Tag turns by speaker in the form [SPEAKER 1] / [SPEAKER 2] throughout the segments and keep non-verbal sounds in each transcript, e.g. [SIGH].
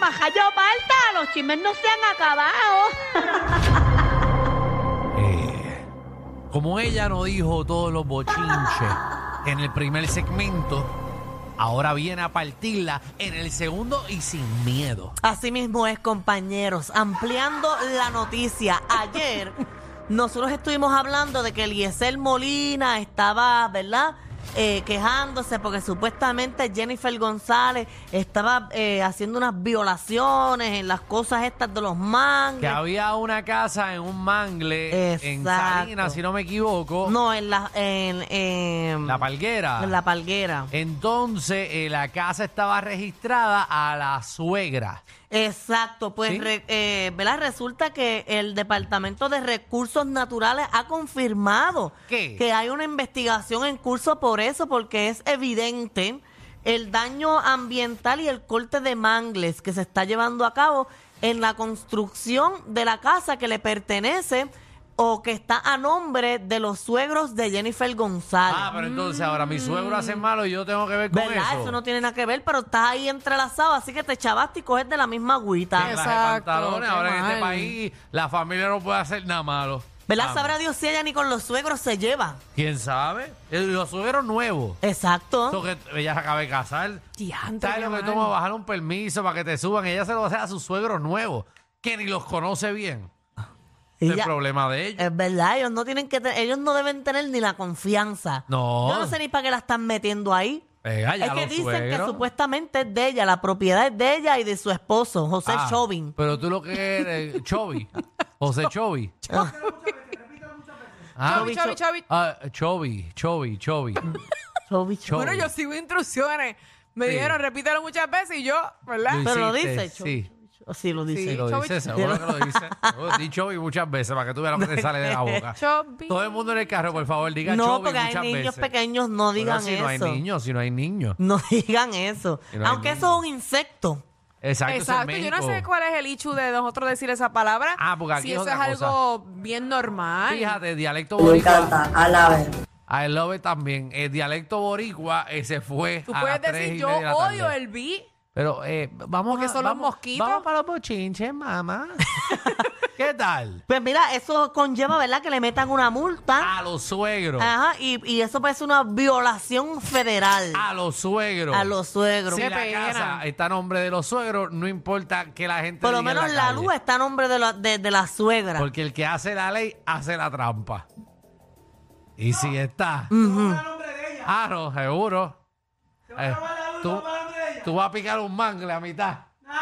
[SPEAKER 1] para allá, parta, los chismes no se han acabado.
[SPEAKER 2] Eh, como ella no dijo todos los bochinches en el primer segmento, ahora viene a partirla en el segundo y sin miedo.
[SPEAKER 3] Así mismo es, compañeros. Ampliando la noticia, ayer nosotros estuvimos hablando de que Eliezer Molina estaba, ¿verdad? Eh, quejándose porque supuestamente Jennifer González estaba eh, haciendo unas violaciones en las cosas estas de los mangles.
[SPEAKER 2] Que había una casa en un mangle en
[SPEAKER 3] Exacto.
[SPEAKER 2] Salinas, si no me equivoco.
[SPEAKER 3] No, en la, en, en-
[SPEAKER 2] La palguera.
[SPEAKER 3] en la palguera.
[SPEAKER 2] Entonces, eh, la casa estaba registrada a la suegra.
[SPEAKER 3] Exacto, pues
[SPEAKER 2] ¿Sí?
[SPEAKER 3] re- eh, ¿verdad? resulta que el Departamento de Recursos Naturales ha confirmado
[SPEAKER 2] ¿Qué?
[SPEAKER 3] que hay una investigación en curso por eso, porque es evidente el daño ambiental y el corte de mangles que se está llevando a cabo en la construcción de la casa que le pertenece o que está a nombre de los suegros de Jennifer González.
[SPEAKER 2] Ah, pero entonces ahora mi suegro hace malo y yo tengo que ver con
[SPEAKER 3] Mm. ¿Verdad?
[SPEAKER 2] eso.
[SPEAKER 3] Eso no tiene nada que ver, pero estás ahí entrelazado, así que te chavaste y coges de la misma agüita.
[SPEAKER 2] Clase de
[SPEAKER 4] Exacto,
[SPEAKER 2] pantalones.
[SPEAKER 4] qué
[SPEAKER 2] Ahora en este
[SPEAKER 4] mal.
[SPEAKER 2] país la familia no puede hacer nada malo.
[SPEAKER 3] ¿Verdad?
[SPEAKER 2] Ah,
[SPEAKER 3] Sabrá Dios si ella ni con los suegros se lleva.
[SPEAKER 2] ¿Quién sabe? Eh, Los suegros nuevos. Eso
[SPEAKER 3] Exacto.
[SPEAKER 2] que ella se acaba de casar.
[SPEAKER 4] Diantre,
[SPEAKER 2] ¿Sabes lo
[SPEAKER 4] qué
[SPEAKER 2] que
[SPEAKER 4] mal.
[SPEAKER 2] toma bajar un permiso para que te suban? Ella se lo hace a sus suegros nuevos, que ni los conoce bien. Ese Es el
[SPEAKER 3] Ella-
[SPEAKER 2] problema de ellos.
[SPEAKER 3] es verdad, ellos no tienen que te- ellos no deben tener ni la confianza.
[SPEAKER 2] No.
[SPEAKER 3] Yo no sé ni para qué la están metiendo ahí.
[SPEAKER 2] Pega Eh, ya
[SPEAKER 3] es que
[SPEAKER 2] los
[SPEAKER 3] dicen que
[SPEAKER 2] suegros.
[SPEAKER 3] supuestamente es de ella, la propiedad es de ella y de su esposo, José
[SPEAKER 2] Ah,
[SPEAKER 3] Chauvin.
[SPEAKER 2] Pero tú lo que
[SPEAKER 3] [LAUGHS]
[SPEAKER 2] eres, Chovy. José Chovy. Ah,
[SPEAKER 4] Chavi, chavi, chavi.
[SPEAKER 2] ah, Chovy, Chovy, Chovy.
[SPEAKER 3] Chauvin, Chauvin.
[SPEAKER 4] Bueno, yo sigo instrucciones. Me
[SPEAKER 2] Ah, Sí.
[SPEAKER 4] dijeron, repítelo muchas veces y yo,
[SPEAKER 2] Lo
[SPEAKER 4] ¿verdad?
[SPEAKER 3] Pero lo
[SPEAKER 2] hiciste,
[SPEAKER 3] dice
[SPEAKER 2] Sí.
[SPEAKER 3] Chauvin. Sí, lo dice.
[SPEAKER 2] Sí, lo
[SPEAKER 4] Chovy,
[SPEAKER 2] dice,
[SPEAKER 4] Chovy.
[SPEAKER 2] seguro que lo
[SPEAKER 3] [LAUGHS]
[SPEAKER 2] dice. Yo Di Chovy muchas veces para que tú veas lo que te sale de la boca.
[SPEAKER 4] Chavi.
[SPEAKER 2] Todo el mundo en el carro, por favor, diga
[SPEAKER 3] no,
[SPEAKER 2] Chovy
[SPEAKER 3] porque hay
[SPEAKER 2] muchas
[SPEAKER 3] niños
[SPEAKER 2] veces.
[SPEAKER 3] pequeños, no
[SPEAKER 2] Bueno,
[SPEAKER 3] digan
[SPEAKER 2] si
[SPEAKER 3] eso.
[SPEAKER 2] no hay niños, si no hay niños.
[SPEAKER 3] No [LAUGHS] digan eso.
[SPEAKER 2] Y no hay
[SPEAKER 3] Aunque
[SPEAKER 2] niños.
[SPEAKER 3] eso es un insecto.
[SPEAKER 2] Exacto, eso es
[SPEAKER 4] Exacto, yo no sé
[SPEAKER 2] México.
[SPEAKER 4] cuál es el issue de nosotros decir esa palabra.
[SPEAKER 2] Ah, porque aquí
[SPEAKER 4] si
[SPEAKER 2] es
[SPEAKER 4] eso
[SPEAKER 2] otra
[SPEAKER 4] es algo bien normal.
[SPEAKER 2] Fíjate, dialecto
[SPEAKER 5] Me
[SPEAKER 2] boricua.
[SPEAKER 5] encanta, a la vez.
[SPEAKER 2] I love it también. El dialecto boricua eh, se fue
[SPEAKER 4] Tú
[SPEAKER 2] a
[SPEAKER 4] puedes
[SPEAKER 2] las tres
[SPEAKER 4] decir,
[SPEAKER 2] y
[SPEAKER 4] yo
[SPEAKER 2] media de la tarde.
[SPEAKER 4] odio el bi.
[SPEAKER 2] Pero eh, vamos
[SPEAKER 4] Porque
[SPEAKER 2] a,
[SPEAKER 4] son los
[SPEAKER 2] vamos,
[SPEAKER 4] mosquitos.
[SPEAKER 2] Vamos para los bochinches,
[SPEAKER 4] [LAUGHS]
[SPEAKER 2] mamá. ¿Qué tal?
[SPEAKER 3] Pues mira, eso conlleva, ¿verdad? Que le metan una multa.
[SPEAKER 2] A los suegros.
[SPEAKER 4] Ah,
[SPEAKER 3] Ajá, y, y eso puede ser una violación federal
[SPEAKER 2] A los suegros.
[SPEAKER 3] a los suegros.
[SPEAKER 2] Si
[SPEAKER 4] Qué
[SPEAKER 2] la
[SPEAKER 4] pena.
[SPEAKER 2] casa está a nombre de los suegros, no importa que la gente
[SPEAKER 3] Por lo
[SPEAKER 2] diga en
[SPEAKER 3] menos la,
[SPEAKER 2] calle.
[SPEAKER 3] luz está a nombre de la, de, de la suegra.
[SPEAKER 2] Porque el que hace la ley hace la trampa. Y si está. Ah, no, seguro. Eh, tú, tú vas a picar un mangle a mitad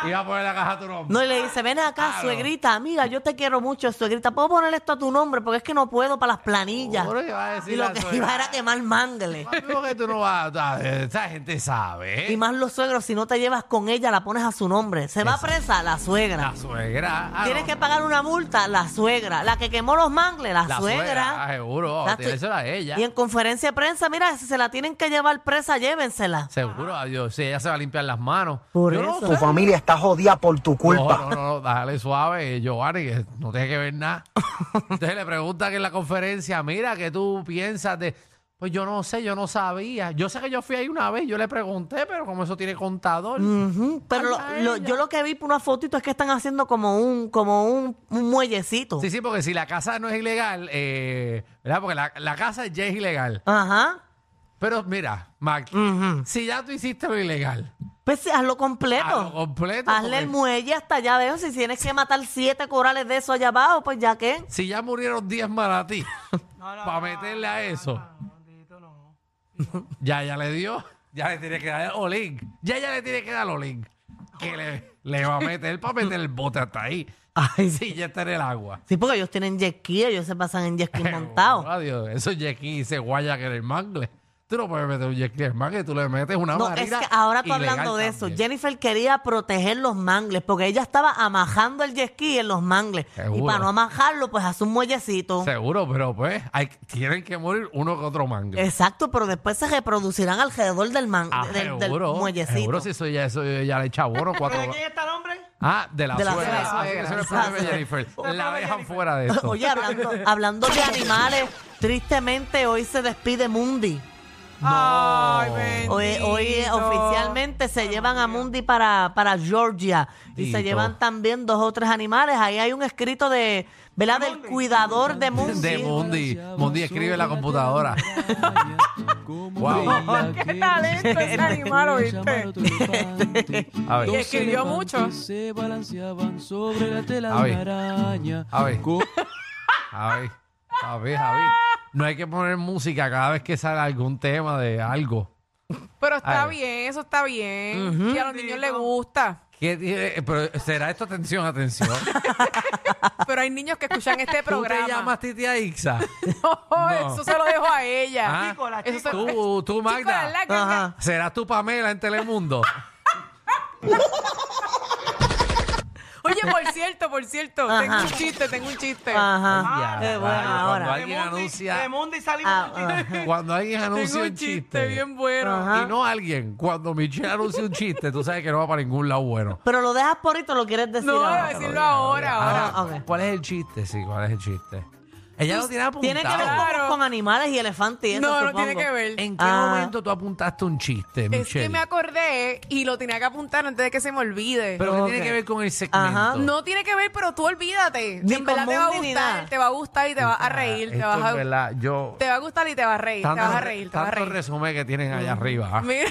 [SPEAKER 2] y vas a poner la caja a tu nombre.
[SPEAKER 3] No, y le dice, ven acá,
[SPEAKER 2] Claro.
[SPEAKER 3] suegrita, amiga, yo te quiero mucho, suegrita, ¿puedo poner esto a tu nombre? Porque es que no puedo para las planillas.
[SPEAKER 2] Seguro que va a decir
[SPEAKER 3] y lo
[SPEAKER 2] la
[SPEAKER 3] que
[SPEAKER 2] suegra.
[SPEAKER 3] iba era quemar mangle.
[SPEAKER 2] Amigo, que tú no vas a- Esa gente sabe. ¿eh?
[SPEAKER 3] Y más los suegros, si no te llevas con ella, la pones a su nombre. Se va presa la suegra.
[SPEAKER 2] La suegra. Ah,
[SPEAKER 3] Tienes
[SPEAKER 2] no.
[SPEAKER 3] que pagar una multa, la suegra. La que quemó los mangles, la,
[SPEAKER 2] La suegra. ah, seguro.
[SPEAKER 3] La
[SPEAKER 2] tiene eso
[SPEAKER 3] sue-
[SPEAKER 2] era ella.
[SPEAKER 3] Y en conferencia de prensa, mira, si se la tienen que llevar presa, llévensela.
[SPEAKER 2] Seguro, adiós. Si ella se va a limpiar las manos.
[SPEAKER 3] Por
[SPEAKER 2] Yo no
[SPEAKER 3] eso.
[SPEAKER 6] Tu familia está jodida por tu culpa.
[SPEAKER 2] No, no, no, dale suave, Giovanni, que no tiene que ver
[SPEAKER 3] [LAUGHS]
[SPEAKER 2] nada. Entonces le preguntan en la conferencia, mira, ¿qué tú piensas de...? Pues yo no sé, yo no sabía. Yo sé que yo fui ahí una vez, yo le pregunté, pero como eso tiene contador.
[SPEAKER 3] Ujú, Pero lo-
[SPEAKER 2] Habla
[SPEAKER 3] lo-
[SPEAKER 2] ella.
[SPEAKER 3] yo lo que vi por una fotito es que están haciendo como un, como un, un muellecito.
[SPEAKER 2] Sí, sí, porque si la casa no es ilegal, eh, ¿verdad? Porque la, la casa ya es ilegal.
[SPEAKER 3] Ajá.
[SPEAKER 2] Pero mira, Mac,
[SPEAKER 3] Ujú.
[SPEAKER 2] si ya tú hiciste lo ilegal,
[SPEAKER 3] Pues sí, hazlo completo.
[SPEAKER 2] hazlo completo.
[SPEAKER 3] Hazle el
[SPEAKER 2] porque
[SPEAKER 3] muelle hasta allá, veo. Si tienes que matar siete corales de eso allá abajo, pues ya qué.
[SPEAKER 2] Si ya murieron 10
[SPEAKER 3] [LAUGHS]
[SPEAKER 2] manatí, para meterle a eso. [LAUGHS] Ya, ya le dio. Ya le tiene que dar Olin. Ya, ya le tiene que dar Olin. Que le, le va a meter para meter el bote hasta ahí.
[SPEAKER 3] Ay, sí.
[SPEAKER 2] Sí, ya está en el agua.
[SPEAKER 3] Sí, porque ellos tienen jet ski, ellos se pasan en jet ski
[SPEAKER 2] Eh,
[SPEAKER 3] montado.
[SPEAKER 2] Adiós. Eso jet ski se guaya que en el mangle. Tú no puedes meter un jet ski en el mangle, tú le metes una
[SPEAKER 3] No, es
[SPEAKER 2] marina
[SPEAKER 3] que ahora tú
[SPEAKER 2] ilegal
[SPEAKER 3] hablando de eso,
[SPEAKER 2] también.
[SPEAKER 3] Jennifer quería proteger los mangles porque ella estaba amajando el jet ski en los mangles. Y
[SPEAKER 2] Seguro.
[SPEAKER 3] para no amajarlo, pues hace un muellecito.
[SPEAKER 2] Seguro, pero pues hay, tienen que morir uno que otro mangle.
[SPEAKER 3] Exacto, pero después se reproducirán alrededor del, man,
[SPEAKER 2] Ah,
[SPEAKER 3] del, del
[SPEAKER 2] seguro,
[SPEAKER 3] muellecito.
[SPEAKER 2] seguro si eso ya, eso ya le echa bono cuatro. ¿De quién está el hombre? Ah, de la
[SPEAKER 3] De la
[SPEAKER 2] suegra.
[SPEAKER 3] suegra.
[SPEAKER 2] Ah, sí, Eso no es problema de Jennifer. La dejan fuera de
[SPEAKER 3] [LAUGHS]
[SPEAKER 2] esto.
[SPEAKER 3] Oye, hablando, hablando de animales, tristemente hoy se despide Mundi.
[SPEAKER 4] Ay, bendito.
[SPEAKER 3] Hoy, hoy, eh, oficialmente se llevan a Mundi para, para Georgia y
[SPEAKER 2] Dito.
[SPEAKER 3] se llevan también dos o tres animales. Ahí hay un escrito de, ¿verdad? Del cuidador de Mundi.
[SPEAKER 2] De Mundi. Mundi escribe en la
[SPEAKER 5] [LAUGHS]
[SPEAKER 2] computadora. wow.
[SPEAKER 4] Qué talento ese animal, ¿oíste?
[SPEAKER 2] [LAUGHS] A
[SPEAKER 4] Y
[SPEAKER 2] ver.
[SPEAKER 4] escribió mucho.
[SPEAKER 5] Se balanceaban sobre la tela
[SPEAKER 2] A
[SPEAKER 5] de
[SPEAKER 2] ver.
[SPEAKER 5] una araña.
[SPEAKER 2] A ver. A ver. A ver, Javi. No hay que poner música cada vez que sale algún tema de algo.
[SPEAKER 4] Pero está
[SPEAKER 2] Ay.
[SPEAKER 4] bien, eso está bien. Y a los niños les gusta.
[SPEAKER 2] ¿Qué tiene? Eh, Pero será esto atención, [LAUGHS] atención.
[SPEAKER 4] Pero hay niños que escuchan este
[SPEAKER 2] ¿Tú te
[SPEAKER 4] programa.
[SPEAKER 2] llamas Titia Ixa?
[SPEAKER 4] [LAUGHS] No,
[SPEAKER 2] No.
[SPEAKER 4] eso se lo dejo a ella.
[SPEAKER 2] Ah,
[SPEAKER 4] Eso se-
[SPEAKER 2] Tú, tú,
[SPEAKER 4] Chico,
[SPEAKER 2] Magda.
[SPEAKER 4] la ganga.
[SPEAKER 3] Ajá.
[SPEAKER 2] ¿Serás tú Pamela en Telemundo?
[SPEAKER 4] Oye, por cierto, por cierto,
[SPEAKER 3] Ajá.
[SPEAKER 4] tengo un chiste, tengo un chiste.
[SPEAKER 3] Ajá.
[SPEAKER 2] Ya,
[SPEAKER 3] Qué Ah, bueno,
[SPEAKER 2] rayos, Cuando
[SPEAKER 3] ahora.
[SPEAKER 2] alguien anuncia,
[SPEAKER 7] Mundi salimos
[SPEAKER 3] Ah,
[SPEAKER 7] un chiste.
[SPEAKER 2] cuando alguien
[SPEAKER 4] Tengo
[SPEAKER 2] anuncia
[SPEAKER 4] un chiste bien
[SPEAKER 3] Ajá.
[SPEAKER 4] bueno.
[SPEAKER 2] Y no alguien. Cuando Michelle anuncia un chiste, tú sabes que no va para ningún lado bueno.
[SPEAKER 3] Pero lo dejas por ahí, te lo quieres decir.
[SPEAKER 4] No, voy
[SPEAKER 3] ahora.
[SPEAKER 4] a decirlo ahora, ahora.
[SPEAKER 3] Ah, ok.
[SPEAKER 2] ¿Cuál es el chiste? Sí, ¿cuál es el chiste? Ella
[SPEAKER 4] Pues,
[SPEAKER 2] lo tiene apuntado.
[SPEAKER 3] Tiene que ver
[SPEAKER 4] Claro.
[SPEAKER 3] con, con animales y elefantes y eso,
[SPEAKER 4] No, no
[SPEAKER 3] supongo.
[SPEAKER 4] tiene que ver.
[SPEAKER 2] ¿En qué
[SPEAKER 3] Ah.
[SPEAKER 2] momento tú apuntaste un chiste, Michelle?
[SPEAKER 4] Es que me acordé y lo tenía que apuntar antes de que se me olvide.
[SPEAKER 2] Pero ¿qué tiene
[SPEAKER 3] Ok.
[SPEAKER 2] que ver con el segmento?
[SPEAKER 3] Ajá.
[SPEAKER 4] no tiene que ver, pero tú olvídate.
[SPEAKER 3] Ni
[SPEAKER 4] en verdad
[SPEAKER 3] con
[SPEAKER 4] te va a
[SPEAKER 3] Mundi ni
[SPEAKER 4] gustar,
[SPEAKER 3] nada.
[SPEAKER 4] te va a gustar y te vas a reír,
[SPEAKER 2] Ah,
[SPEAKER 4] te
[SPEAKER 2] Esto
[SPEAKER 4] vas
[SPEAKER 2] es
[SPEAKER 4] a,
[SPEAKER 2] verdad, yo...
[SPEAKER 4] te va a gustar y te vas a reír, te vas a reír, te vas a
[SPEAKER 2] tanto
[SPEAKER 4] reír.
[SPEAKER 2] resumen que tienen
[SPEAKER 4] [LAUGHS]
[SPEAKER 2] allá arriba. ah.
[SPEAKER 4] Mira,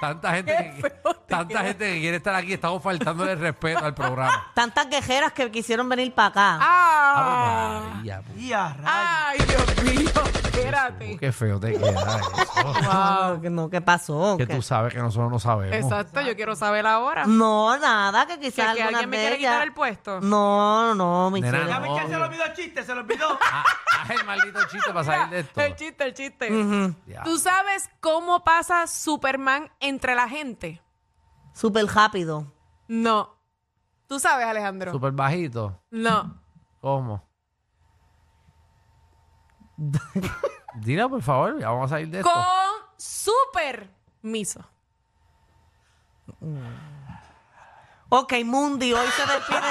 [SPEAKER 2] Tanta gente, que, tanta gente que quiere estar aquí, estamos faltándole el respeto al programa.
[SPEAKER 3] Tantas guerreras que quisieron venir para acá.
[SPEAKER 4] [LAUGHS]
[SPEAKER 2] [LAUGHS]
[SPEAKER 4] ah,
[SPEAKER 2] Ave María, pu-
[SPEAKER 7] Y a ra-
[SPEAKER 4] ay, Dios mío, espérate.
[SPEAKER 2] qué feo te queda eso.
[SPEAKER 3] Wow, que Ah, no, ¿qué pasó?
[SPEAKER 2] que
[SPEAKER 3] ¿Qué?
[SPEAKER 2] tú sabes que nosotros no sabemos.
[SPEAKER 4] Exacto, yo quiero saber ahora.
[SPEAKER 2] Mm,
[SPEAKER 3] No, nada, que
[SPEAKER 4] Que,
[SPEAKER 3] quizás
[SPEAKER 4] que
[SPEAKER 3] algunas
[SPEAKER 4] alguien me
[SPEAKER 3] de
[SPEAKER 4] quiere quitar
[SPEAKER 3] ellas-
[SPEAKER 4] el puesto.
[SPEAKER 3] No, no, Michelle.
[SPEAKER 2] Nena,
[SPEAKER 7] Ya
[SPEAKER 2] no,
[SPEAKER 7] ves que él se
[SPEAKER 2] yo-
[SPEAKER 7] lo olvidó el chiste, se lo olvidó.
[SPEAKER 2] Ah, haz el maldito chiste para salir de esto.
[SPEAKER 4] El chiste, el chiste.
[SPEAKER 2] Ya.
[SPEAKER 4] ¿Tú sabes cómo pasa Superman entre la gente?
[SPEAKER 3] Súper rápido.
[SPEAKER 4] No. ¿Tú sabes, Alejandro?
[SPEAKER 2] Súper bajito.
[SPEAKER 4] no. [LAUGHS]
[SPEAKER 2] ¿Cómo? Dila, por favor, ya vamos a salir de esto.
[SPEAKER 4] Con super miso.
[SPEAKER 3] Ok, Mundi, hoy se despide.
[SPEAKER 2] [LAUGHS]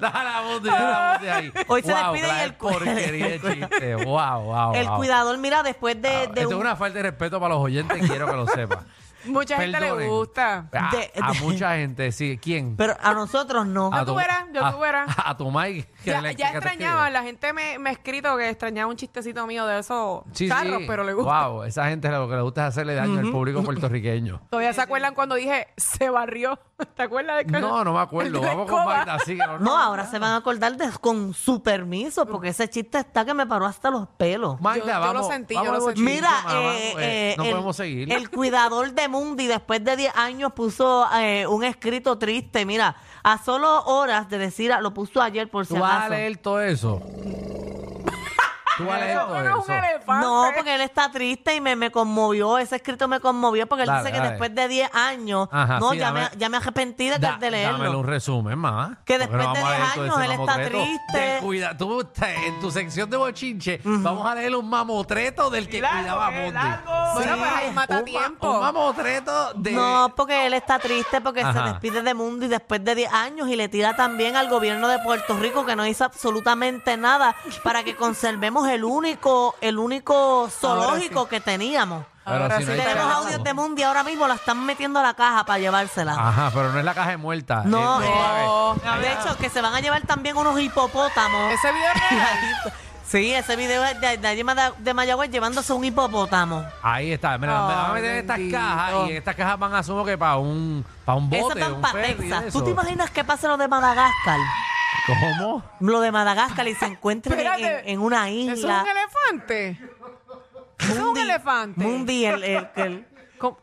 [SPEAKER 2] Dale la voz, dale la voz de ahí.
[SPEAKER 3] Hoy se
[SPEAKER 2] Wow,
[SPEAKER 3] despide
[SPEAKER 2] la
[SPEAKER 3] el-
[SPEAKER 2] porquería de
[SPEAKER 4] [LAUGHS]
[SPEAKER 2] chiste. Wow, [LAUGHS] wow.
[SPEAKER 3] el
[SPEAKER 2] wow. Ah,
[SPEAKER 3] cuidador, mira, después de,
[SPEAKER 2] Esto
[SPEAKER 3] de
[SPEAKER 2] es
[SPEAKER 3] un-
[SPEAKER 2] una falta de respeto para los oyentes, quiero que lo
[SPEAKER 4] [LAUGHS]
[SPEAKER 2] sepan.
[SPEAKER 4] Mucha gente le
[SPEAKER 2] Perdonen.
[SPEAKER 4] gusta.
[SPEAKER 2] A,
[SPEAKER 3] De-
[SPEAKER 2] a
[SPEAKER 3] de-
[SPEAKER 2] mucha gente, sí. ¿Quién?
[SPEAKER 3] Pero a nosotros no.
[SPEAKER 2] a
[SPEAKER 4] tú verás, yo
[SPEAKER 2] a-
[SPEAKER 4] tú verás.
[SPEAKER 2] [LAUGHS] A, tu Mike. que
[SPEAKER 4] Ya,
[SPEAKER 2] le-
[SPEAKER 4] ya
[SPEAKER 2] que te
[SPEAKER 4] extrañaba,
[SPEAKER 2] escribe.
[SPEAKER 4] la gente me, me ha escrito que extrañaba un chistecito mío de esos
[SPEAKER 2] Sí,
[SPEAKER 4] charros,
[SPEAKER 2] sí.
[SPEAKER 4] pero le gusta.
[SPEAKER 2] Wow, esa gente lo que le gusta es hacerle daño al público
[SPEAKER 4] [LAUGHS]
[SPEAKER 2] puertorriqueño.
[SPEAKER 4] Todavía se acuerdan cuando dije se barrió. [LAUGHS] ¿Te acuerdas de que-
[SPEAKER 2] No, no me
[SPEAKER 4] el
[SPEAKER 2] acuerdo.
[SPEAKER 4] de [LAUGHS] la
[SPEAKER 2] Vamos con
[SPEAKER 4] escoba?
[SPEAKER 2] Magda, sí. que no-
[SPEAKER 3] No, ahora se van a acordar de, con su permiso, porque ese chiste está que me paró hasta los pelos.
[SPEAKER 2] Magda,
[SPEAKER 4] Yo- yo lo
[SPEAKER 2] vamos.
[SPEAKER 4] sentí, yo
[SPEAKER 2] vamos
[SPEAKER 4] lo
[SPEAKER 2] con
[SPEAKER 4] sentí.
[SPEAKER 2] chisme,
[SPEAKER 3] Mira,
[SPEAKER 2] mamá,
[SPEAKER 3] eh,
[SPEAKER 2] Este eh,
[SPEAKER 3] eh,
[SPEAKER 2] no
[SPEAKER 3] el,
[SPEAKER 2] podemos seguir.
[SPEAKER 3] el cuidador de Mundi después de 10 años puso eh, un escrito triste. Mira, a solo horas de decir, lo puso ayer por si
[SPEAKER 2] Tú vas a
[SPEAKER 3] acaso.
[SPEAKER 2] leer todo eso. Tú vas a leer todo
[SPEAKER 4] Era un
[SPEAKER 2] eso.
[SPEAKER 4] elefante.
[SPEAKER 3] No, porque él está triste y me, me conmovió. Ese escrito me conmovió porque él
[SPEAKER 2] Dale,
[SPEAKER 3] dice que
[SPEAKER 2] dale.
[SPEAKER 3] después de 10 años,
[SPEAKER 2] Ajá,
[SPEAKER 3] no,
[SPEAKER 2] sí,
[SPEAKER 3] ya,
[SPEAKER 2] dame-
[SPEAKER 3] me, ya me arrepentí de,
[SPEAKER 2] Da-
[SPEAKER 3] de leerlo.
[SPEAKER 2] Dámelo un resumen, más.
[SPEAKER 3] Que después de 10 años él está triste.
[SPEAKER 2] Cuida, tú, te- en tu sección de bochinche, vamos a leer un mamotreto del que
[SPEAKER 7] Largo,
[SPEAKER 2] cuidaba a
[SPEAKER 7] eh,
[SPEAKER 2] Mundi.
[SPEAKER 7] largo.
[SPEAKER 4] Bueno,
[SPEAKER 3] Sí.
[SPEAKER 4] pues ahí
[SPEAKER 2] Un,
[SPEAKER 4] mata
[SPEAKER 2] ma-
[SPEAKER 4] tiempo.
[SPEAKER 2] un mamotreto de.
[SPEAKER 3] No, porque él está triste porque
[SPEAKER 2] Ajá.
[SPEAKER 3] se despide de Mundi después de 10 años y le tira también al gobierno de Puerto Rico que no hizo absolutamente nada para que conservemos el único el único zoológico que teníamos.
[SPEAKER 2] Pero
[SPEAKER 4] Ahora
[SPEAKER 2] si
[SPEAKER 4] sí
[SPEAKER 2] no hay
[SPEAKER 3] Tenemos
[SPEAKER 2] carajo.
[SPEAKER 3] audios de Mundi ahora mismo, la están metiendo a la caja para llevársela.
[SPEAKER 2] Ajá, pero no es la caja de muerta. Eh,
[SPEAKER 3] No, eh.
[SPEAKER 2] es-
[SPEAKER 4] No.
[SPEAKER 2] Ah.
[SPEAKER 3] de hecho, que se van a llevar también unos hipopótamos.
[SPEAKER 4] Ese video es real.
[SPEAKER 2] [LAUGHS]
[SPEAKER 3] Sí, ese video es de, de allí ma- de Mayagüez llevándose un hipopótamo.
[SPEAKER 2] Ahí está. Me la, me la van a meter en estas
[SPEAKER 4] bendito.
[SPEAKER 2] cajas y en estas cajas van, asumo que para un, para un
[SPEAKER 3] Ese
[SPEAKER 2] bote,
[SPEAKER 3] pan
[SPEAKER 2] un
[SPEAKER 3] pa'
[SPEAKER 2] ferry. de
[SPEAKER 3] Texas. ¿Tú
[SPEAKER 2] eso.
[SPEAKER 3] te imaginas qué pasa lo de Madagascar?
[SPEAKER 2] ¿Cómo?
[SPEAKER 3] Lo de Madagascar y se encuentran en,
[SPEAKER 4] Espérate.
[SPEAKER 3] en- en una isla.
[SPEAKER 4] Eso es un elefante. Eso es un elefante.
[SPEAKER 3] Mundi, el, el- el-
[SPEAKER 4] ¿Cómo?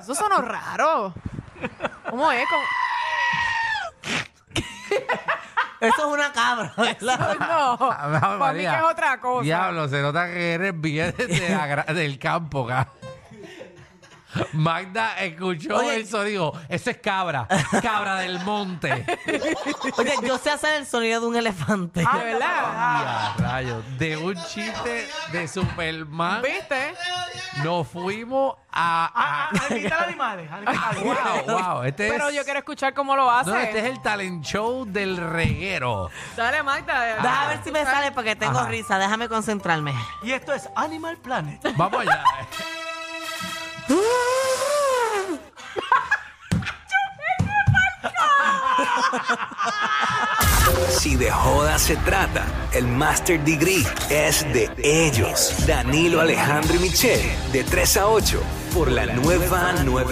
[SPEAKER 4] Eso sonó raro. ¿Cómo es? ¿Cómo?
[SPEAKER 3] eso es una
[SPEAKER 4] [LAUGHS]
[SPEAKER 3] cabra. ¿verdad?
[SPEAKER 4] No,
[SPEAKER 3] ah,
[SPEAKER 2] Ave
[SPEAKER 4] para mí
[SPEAKER 2] María.
[SPEAKER 4] que es otra cosa.
[SPEAKER 2] Diablo, se nota que eres bien de la gra- del campo, ca. Magda escuchó
[SPEAKER 3] Oye.
[SPEAKER 2] el sonido. Eso es cabra, cabra del monte.
[SPEAKER 3] Oye, yo sé hacer el sonido de un elefante.
[SPEAKER 4] De Ah, verdad.
[SPEAKER 3] Ah,
[SPEAKER 2] Ya, rayos. De un chiste de Superman
[SPEAKER 4] ¿Viste?
[SPEAKER 2] Nos fuimos a.
[SPEAKER 7] A, a- a imitar animales. a imitar
[SPEAKER 2] a-
[SPEAKER 7] animales.
[SPEAKER 2] wow, wow. Este
[SPEAKER 4] Pero
[SPEAKER 2] es,
[SPEAKER 4] yo quiero escuchar cómo lo hace.
[SPEAKER 2] No, este es el talent show del reguero.
[SPEAKER 4] Dale, Magda.
[SPEAKER 3] Deja a ver si me sale porque tengo
[SPEAKER 2] Ajá.
[SPEAKER 3] risa. Déjame concentrarme.
[SPEAKER 7] Y esto es Animal Planet.
[SPEAKER 2] Vamos allá. eh.
[SPEAKER 8] Si de joda se trata, el Master Degree es de ellos. Danilo Alejandro y Michelle, de 3 a 8, por la nueva 9.